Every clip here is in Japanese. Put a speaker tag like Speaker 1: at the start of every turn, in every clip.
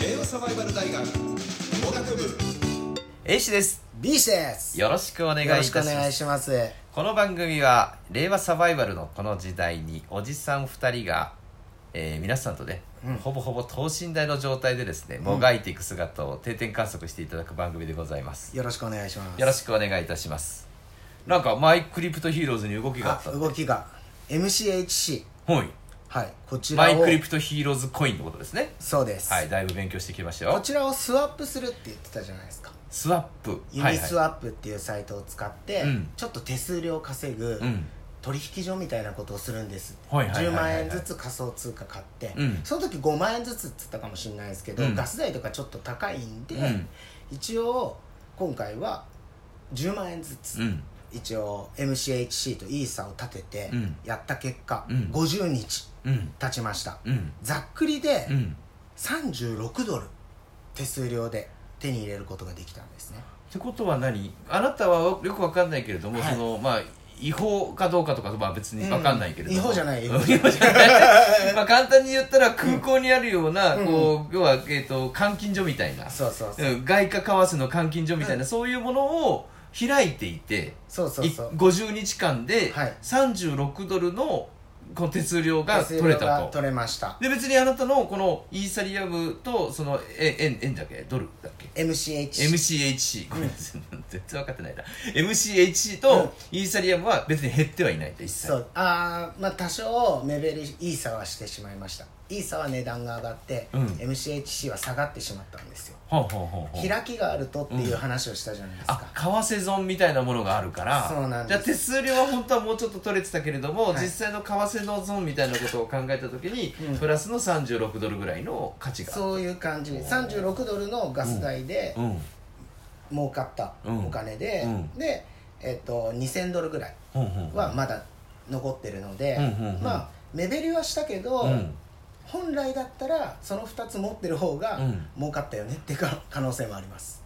Speaker 1: 令和サバイバル大学農学部
Speaker 2: A 氏です
Speaker 3: B 氏です
Speaker 2: よろしくお願いい
Speaker 3: よ
Speaker 2: た
Speaker 3: ろ
Speaker 2: し
Speaker 3: し
Speaker 2: ま
Speaker 3: くお
Speaker 2: す
Speaker 3: 願いします
Speaker 2: この番組は令和サバイバルのこの時代におじさん2人が、えー皆さんとね、ほぼほぼ等身大の状態でですねもがいていく姿を定点観測していただく番組でございます、
Speaker 3: よろしくお願いします
Speaker 2: よろしくお願いいたしますなんかマイクリプトヒーローズに動きがあった
Speaker 3: あ動きが MCHC
Speaker 2: はい
Speaker 3: はいこちら
Speaker 2: マ
Speaker 3: を
Speaker 2: イクリプトヒーローズコインのことですね
Speaker 3: そうです、
Speaker 2: はいだいぶ勉強してきました
Speaker 3: こ
Speaker 2: よ
Speaker 3: ちらをスワップするって言ってたじゃないですか
Speaker 2: スワップ
Speaker 3: ユ
Speaker 2: はい
Speaker 3: ニ
Speaker 2: はい
Speaker 3: スワップっていうサイトを使って、
Speaker 2: うん
Speaker 3: ちょっと手数料を稼ぐ
Speaker 2: うん
Speaker 3: 取引所みたいなことをするんです、
Speaker 2: はいはいはいはいはい
Speaker 3: 10万円ずつ仮想通貨買って、
Speaker 2: うん
Speaker 3: その時5万円ずつっつったかもしれないですけど、
Speaker 2: うん
Speaker 3: ガス代とかちょっと高いんで、
Speaker 2: うん
Speaker 3: 一応今回は10万円ずつ、
Speaker 2: うん
Speaker 3: 一応 MCHC とイーサを立てて
Speaker 2: うん
Speaker 3: やった結果、
Speaker 2: うん
Speaker 3: 50日
Speaker 2: うん
Speaker 3: 経ちました、
Speaker 2: うん
Speaker 3: ざっくりで
Speaker 2: うん
Speaker 3: 36ドル手数料で手に入れることができたんですね
Speaker 2: ってことは何あなたはよくわかんないけれども、
Speaker 3: はい
Speaker 2: そのまあ違法かどうかとかまあ別にわかんないけれども、
Speaker 3: うん違法じゃない
Speaker 2: 違
Speaker 3: 違
Speaker 2: 法
Speaker 3: 法
Speaker 2: じ
Speaker 3: じ
Speaker 2: ゃ
Speaker 3: ゃ
Speaker 2: ない まあ簡単に言ったら空港にあるような、こう要は、えー、と監禁所みたいな
Speaker 3: そうそうそう、
Speaker 2: うん外貨為替の監禁所みたいな、そういうものを開いていて
Speaker 3: そうそう
Speaker 2: い
Speaker 3: そう
Speaker 2: 50日間で
Speaker 3: はい
Speaker 2: 36ドルのこの手数料が
Speaker 3: 手数
Speaker 2: 取
Speaker 3: 料
Speaker 2: れたと
Speaker 3: が取れました
Speaker 2: で別にあなたのこのイーサリアムとそのえ円円だっけドルだっけ
Speaker 3: MCH
Speaker 2: MCHC ごめんなさい全然分かってないな MCHC とイーサリアムは別に減ってはいないと一切
Speaker 3: そうあーまあ多少目減りイーサはしてしまいましたイーサは値段が上がって、
Speaker 2: うん
Speaker 3: MCHC は下がってしまったんですよ
Speaker 2: ほうほうほうほう
Speaker 3: 開きがあるとっていう話をしたじゃないですか、
Speaker 2: あ為替損みたいなものがあるから
Speaker 3: そうなん
Speaker 2: じ
Speaker 3: です
Speaker 2: ゃあ手数料は本当はもうちょっと取れてたけれども、
Speaker 3: はい
Speaker 2: 実際の為替の損みたいなことを考えた時に、
Speaker 3: うん
Speaker 2: プラスの36ドルぐらいの価値が
Speaker 3: そういう感じ36ドルのガス代で
Speaker 2: うん
Speaker 3: 儲かったお金で、
Speaker 2: うん
Speaker 3: で、えっと2000ドルぐらい
Speaker 2: ほうほう
Speaker 3: はまだ残ってるので、
Speaker 2: うんうんうん
Speaker 3: まあ目減りはしたけど、
Speaker 2: うん
Speaker 3: 本来だったらその2つ持ってる方が
Speaker 2: うん
Speaker 3: 儲かったよねっていうか可能性もあります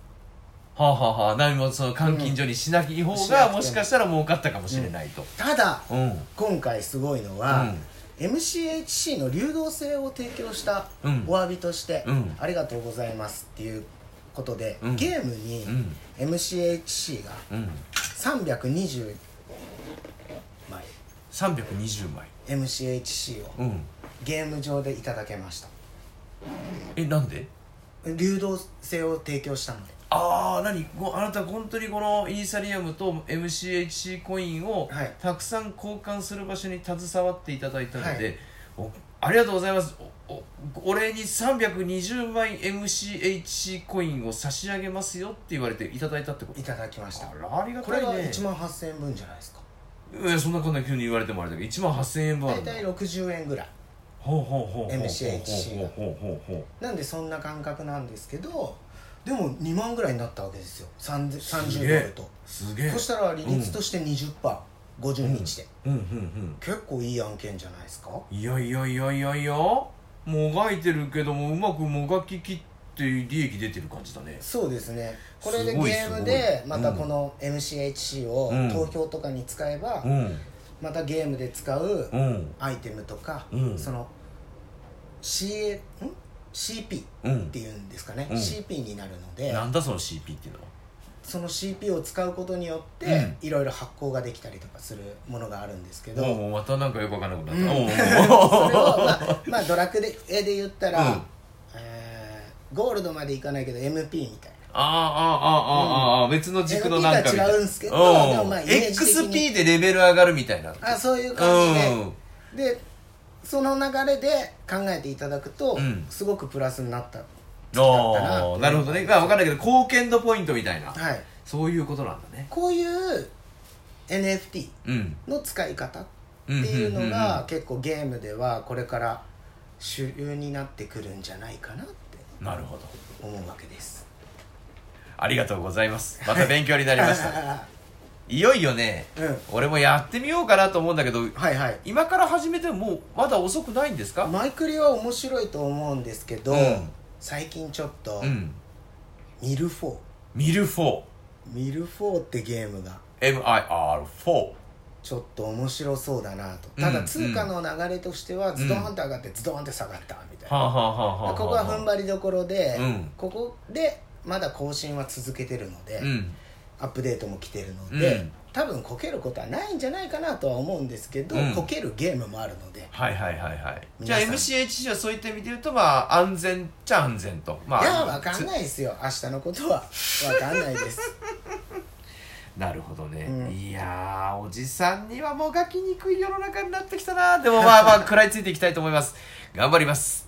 Speaker 2: はあ、はあはあ、何もその監禁所にしない方が、
Speaker 3: うん
Speaker 2: もしかしたら儲かったかもしれないと、
Speaker 3: ただ
Speaker 2: うん
Speaker 3: 今回すごいのは、MCHC の流動性を提供した
Speaker 2: うん
Speaker 3: お詫びとして、
Speaker 2: うん
Speaker 3: ありがとうございますっていうことで、
Speaker 2: うん
Speaker 3: ゲームに
Speaker 2: うん
Speaker 3: MCHC が
Speaker 2: うん
Speaker 3: 320枚
Speaker 2: 320枚
Speaker 3: MCHC を
Speaker 2: うん
Speaker 3: ゲーム上でいただけました
Speaker 2: えなんで
Speaker 3: 流動性を提供したので
Speaker 2: ああ何ごあなた本当にこのイーサリアムと MCHC コインを
Speaker 3: はい
Speaker 2: たくさん交換する場所に携わっていただいたので、
Speaker 3: はい
Speaker 2: おありがとうございますおおお礼に320枚 MCHC コインを差し上げますよって言われていただいたってこと
Speaker 3: いただきました
Speaker 2: あらありが
Speaker 3: こ
Speaker 2: た
Speaker 3: れ
Speaker 2: い
Speaker 3: が
Speaker 2: ね
Speaker 3: 1万8000円分じゃないですか
Speaker 2: いやそんなこんな急に言われてもあれだけど1万8000円分ある
Speaker 3: 大
Speaker 2: んだ
Speaker 3: 体60円ぐらい
Speaker 2: ほうほうほうほう
Speaker 3: MCHC が
Speaker 2: ほうほうほうほう
Speaker 3: なんでそんな感覚なんですけどでも2万ぐらいになったわけですよ30
Speaker 2: す
Speaker 3: 30
Speaker 2: げえ
Speaker 3: ドルと
Speaker 2: すげえ
Speaker 3: そしたら利率として 20%50 日で、
Speaker 2: うんうんうん
Speaker 3: 結構いい案件じゃないですか
Speaker 2: いやいやいやいやいやもがいてるけどもうまくもがききって利益出てる感じだね
Speaker 3: そうですねこれですゲ
Speaker 2: ごい
Speaker 3: ーム
Speaker 2: す
Speaker 3: で
Speaker 2: ごい
Speaker 3: またこの MCHC を
Speaker 2: うん
Speaker 3: 投票とかに使えば、
Speaker 2: うん
Speaker 3: またゲームで使う
Speaker 2: うん
Speaker 3: アイテムとか、
Speaker 2: うん
Speaker 3: その CA ん CP
Speaker 2: う
Speaker 3: っ
Speaker 2: ん
Speaker 3: ていうんですかね、
Speaker 2: うん
Speaker 3: CP になるので
Speaker 2: なんだその CP っていうのは
Speaker 3: その CP を使うことによって、
Speaker 2: うん
Speaker 3: いろいろ発行ができたりとかするものがあるんですけど、
Speaker 2: おうおうまたなんかよくわかんなくなっ
Speaker 3: うん
Speaker 2: た、
Speaker 3: それを、まあ、まあドラクエでで言ったら、
Speaker 2: うん
Speaker 3: えーゴールドまでいかないけど MP みたいな
Speaker 2: あああああああああ別の軸のなんか
Speaker 3: MP が違うんすけど
Speaker 2: おう
Speaker 3: でもまあイメージ的に
Speaker 2: XP でレベル上がるみたいな
Speaker 3: あそういう感じで、でその流れで考えていただくと、
Speaker 2: うん
Speaker 3: すごくプラスになった
Speaker 2: おーなるほどねまあわかんないけど貢献度ポイントみたいな、
Speaker 3: はい
Speaker 2: そういうことなんだね
Speaker 3: こういう NFT
Speaker 2: うん
Speaker 3: の使い方っていうの
Speaker 2: うんうんうんう
Speaker 3: が結構ゲームではこれから主流になってくるんじゃないかなって
Speaker 2: なるほど
Speaker 3: 思うわけです
Speaker 2: ありがとうございますまた勉強になりました
Speaker 3: た
Speaker 2: いよいよね、
Speaker 3: うん
Speaker 2: 俺もやってみようかなと思うんだけど
Speaker 3: はいはい
Speaker 2: 今から始めてももうまだ遅くないんですか
Speaker 3: マイクリは面白いと思うんですけど、
Speaker 2: うん
Speaker 3: 最近ちょっと、
Speaker 2: うん
Speaker 3: ミルフォー
Speaker 2: ミルフォ
Speaker 3: ミルフォーってゲームが
Speaker 2: ー MIR4
Speaker 3: ちょっと面白そうだなとた
Speaker 2: う
Speaker 3: だ
Speaker 2: ん
Speaker 3: 通貨の流れとしてはズドンと上がってズドンって下がったみたい
Speaker 2: は
Speaker 3: な、
Speaker 2: あ、はあはあはあ、
Speaker 3: ここは踏ん張りどころで、
Speaker 2: うん
Speaker 3: ここでまだ更新は続けてるので、
Speaker 2: うん
Speaker 3: アップデートも来てるので、
Speaker 2: うん
Speaker 3: 多分こけることはないんじゃないかなとは思うんですけど、
Speaker 2: うん
Speaker 3: こけるゲームもあるので、
Speaker 2: はいはいはいはいじゃ
Speaker 3: 皆
Speaker 2: あ
Speaker 3: さん
Speaker 2: MCHC はそういった意味で言うとまあ安全っちゃ安全とまあ
Speaker 3: いやわかん
Speaker 2: つ
Speaker 3: ないですよ明日のことはわかんないです
Speaker 2: なるほどね、
Speaker 3: うん
Speaker 2: いやーおじさんにはもうがきにくい世の中になってきたなでもまあまあ食らいついていきたいと思います頑張ります